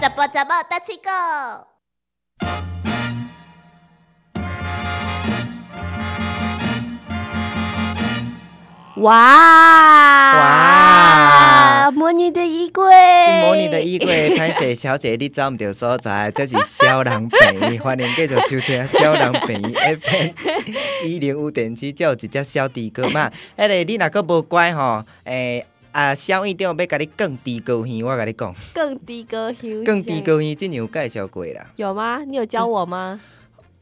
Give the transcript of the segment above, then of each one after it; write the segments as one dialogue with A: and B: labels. A: 잡아 잡아 따치고
B: 哇
A: 哇！
B: 模拟的衣柜，
C: 模拟的衣柜，歹势小姐你走唔到所在，这是小人病，欢迎继续收听小人病 FM 一零五点七，只有一只小猪哥嘛。迄个你若个无乖吼，诶、啊，小院长要甲你更低高远，我甲你讲，
B: 更低歌 h
C: 更低高远，之前有介绍过啦，
B: 有吗？你有教我吗？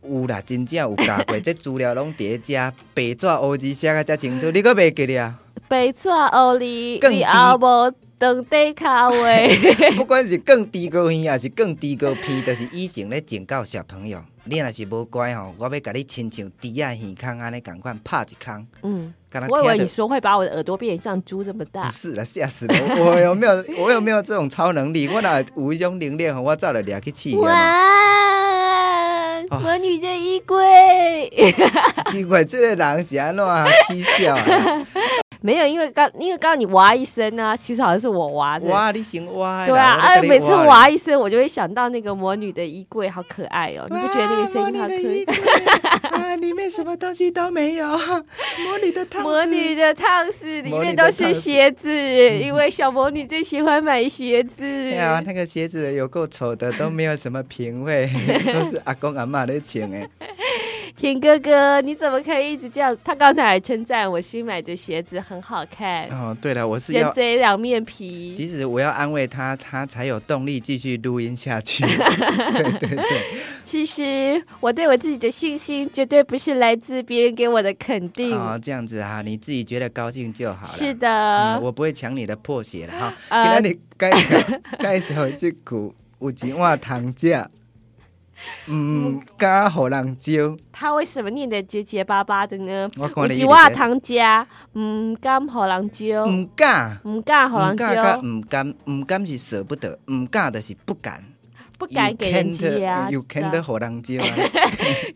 C: 有啦，真正有教过，这资料拢伫遮，白纸黑字写甲遮清楚，你搁袂记了？
B: 白纸黑里，
C: 更
B: 你
C: 低
B: 后无当地卡位。
C: 不管是更低高音，还是更低高批，就是以前咧警告小朋友，你若是无乖吼，我要甲你亲像猪仔耳孔安尼共款拍一空，
B: 嗯，
C: 敢
B: 我以
C: 若
B: 为
C: 听
B: 你啊
C: 着。
B: 说会把我的耳朵变成像猪这么大
C: 不。是啦，吓死人！我有没有 我有没有这种超能力？我哪有一种能力吼，我早就掠去试啊了。
B: 哇！
C: 啊
B: 魔女的衣柜
C: 奇怪，这个人是安怎啊？起笑啊！
B: 没有，因为刚因为刚刚你哇一声啊，其实好像是我哇的。
C: 哇，你先挖
B: 对啊，
C: 哎，
B: 哎，
C: 我
B: 每
C: 在跟
B: 次
C: 你挖
B: 哇一声，我就会想到那个魔女的衣柜，好可爱哦！你不觉得那个声音好可爱？
C: 可爱？啊，里面什么东西都 没有，魔女的汤匙
B: 魔女的烫死里
C: 魔
B: 面
C: 女
B: 都
C: 的
B: 是
C: 烫死
B: 鞋子，因为小魔女最喜欢买鞋 子。
C: 对啊，那个鞋子有够丑的，都没有什么 品味，都是阿公阿妈在穿的。
B: 田哥哥，你怎么可以一直这样？他刚才还称赞我新买的鞋子很好看，
C: 哦，对了，我是
B: 人
C: 要，
B: 嘴两面皮。
C: 其实我要安慰他，他才有动力继续录音 下去。对对对，
B: 其实我对我自己的信心，绝对不是来自别人给我的肯定。
C: 好、这样子啊，你自己觉得高兴就好了。
B: 是
C: 嗯
B: 的，
C: 我不会抢你的破鞋了哈。
B: 呃
C: 给你介 绍介绍一句，有一碗糖食，嗯，敢互人招。
B: 他为什么念得结结巴巴的呢？
C: 我看
B: 有
C: 你
B: 一碗汤家，唔敢互人招，
C: 唔敢。
B: 唔敢互人
C: 唔敢甲
B: 招，
C: 唔敢，唔敢是舍不得，唔敢就是不敢。
B: 不敢给人啊家。
C: 有 can't
B: 这样
C: 互人招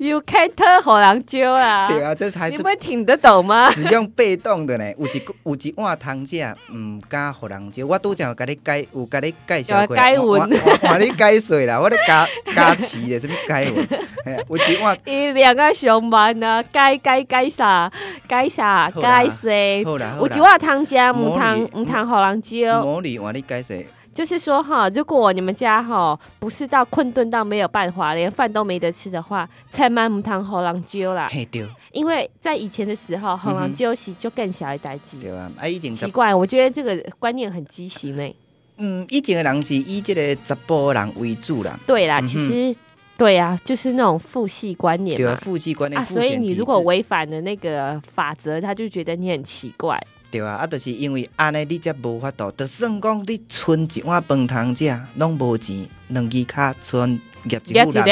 B: You can't 互人招 啊！
C: 对啊，这才
B: 你
C: 是
B: 们听得懂吗？
C: 使用被动的呢。有一有一碗汤啊食，毋敢互人招。我拄则有甲你解，有甲你介绍过。
B: 有啊解文
C: 我我我你解说啦，我 咧加加词的，什物解文？嘿啊有一碗
B: 伊两个上班啊，该该该啥，该啥，
C: 好啦
B: 该谁？
C: 好啦好
B: 哎有一
C: 啦。
B: 碗汤家，唔
C: 魔
B: 汤
C: 力
B: 唔汤好人招，
C: 魔女，我你解说。
B: 就是说哈，如果你们家哈不是到困顿到没有办法，连饭都没得吃的话，菜蛮唔汤好人招啦。
C: 嘿对
B: 因为在以前的时候，好人招是就更小一代机。
C: 对啊，啊以前十
B: 奇怪，我觉得这个观念很畸形欸呢。
C: 嗯以前的人是以这个十甫人为主啦，
B: 对啦，
C: 嗯哼
B: 其实对啊，就是那种父系观念
C: 对啊
B: 嘛，。
C: 父系观念。
B: 啊，
C: 父
B: 所以
C: 权
B: 你
C: 体
B: 如果
C: 制
B: 违反了那个法则，他就觉得你很奇怪。
C: 对啊，啊，就是因为安尼，你才无法度。就算讲你剩一碗饭通食，拢无钱，两支骹剩夹一户
B: 夹一
C: 人
B: 粒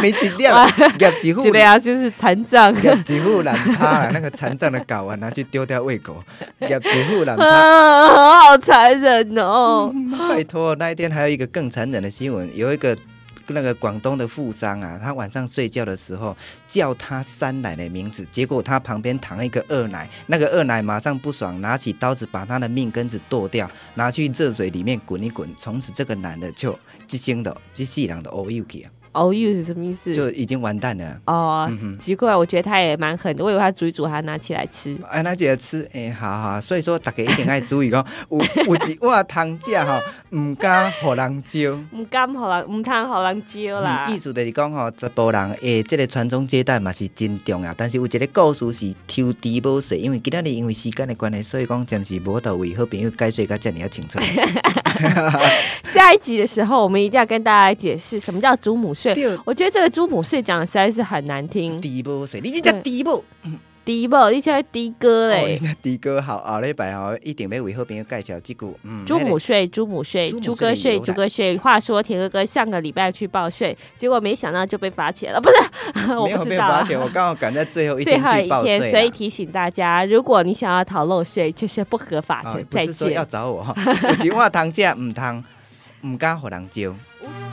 C: 没一粒，夹一户
B: 这个
C: 人，
B: 啊，就是残障。
C: 夹一户人趴啦，那个残障的狗啊，拿去丢掉喂狗，夹一户人趴。
B: 啊，好残忍哦！
C: 拜托，那一天还有一个更残忍的新闻，有一个。那个广东的富商啊，他晚上睡觉的时候叫他三奶的名字，结果他旁边躺一个二奶，那个二奶马上不爽，拿起刀子把他的命根子剁掉，拿去热水里面滚一滚。从此这个男的就一生的一世人的 all you
B: 偶遇是什么意思？
C: 就已经完蛋了。
B: 哦，
C: 嗯哼
B: 奇怪，我觉得他也蛮狠的，我以为他煮一煮，他拿起来吃。
C: 哎，那姐吃哎、好好，所以说大家一定要注意哦，有有一碗汤食吼，唔敢互人招。
B: 唔甘好人，唔贪好人招啦
C: 嗯。意思就是讲吼，十甫人诶，即个传宗接代嘛是真重要，但是有一个故事是抽猪无水，因为今仔日因为时间的关系，所以讲暂时无法度为好朋友解释甲遮尔啊清楚。
B: 下一集的时候，我们一定要跟大家解释什么叫祖母税。
C: 对
B: 我觉得这个祖母税讲的实在是很难听。
C: 猪无水，你这只猪无，
B: 低报，一些低歌
C: 哦，
B: 嘞
C: 你。这猪哥好，后礼拜吼一定要为好朋友介绍即句，嗯，
B: 猪母
C: 那个
B: 税、猪母税、
C: 猪母
B: 猪
C: 税
B: 哥
C: 的
B: 税、
C: 由来
B: 猪哥税。话说田哥哥上个礼拜去报税，结果没想到就被罚钱了，不 是？我
C: 没有
B: 不
C: 被
B: 知道
C: 罚
B: 啊。
C: 钱，我刚好赶在最后一
B: 最
C: 天
B: 后
C: 去
B: 一
C: 报
B: 天，
C: 税啊
B: 所以
C: 啦。
B: 提醒大家，如果你想要逃漏税，就是不合法
C: 啊
B: 的。，
C: 不
B: 再
C: 是说要
B: 见。
C: 找我，有一碗汤食毋通，毋敢互人招。
B: 无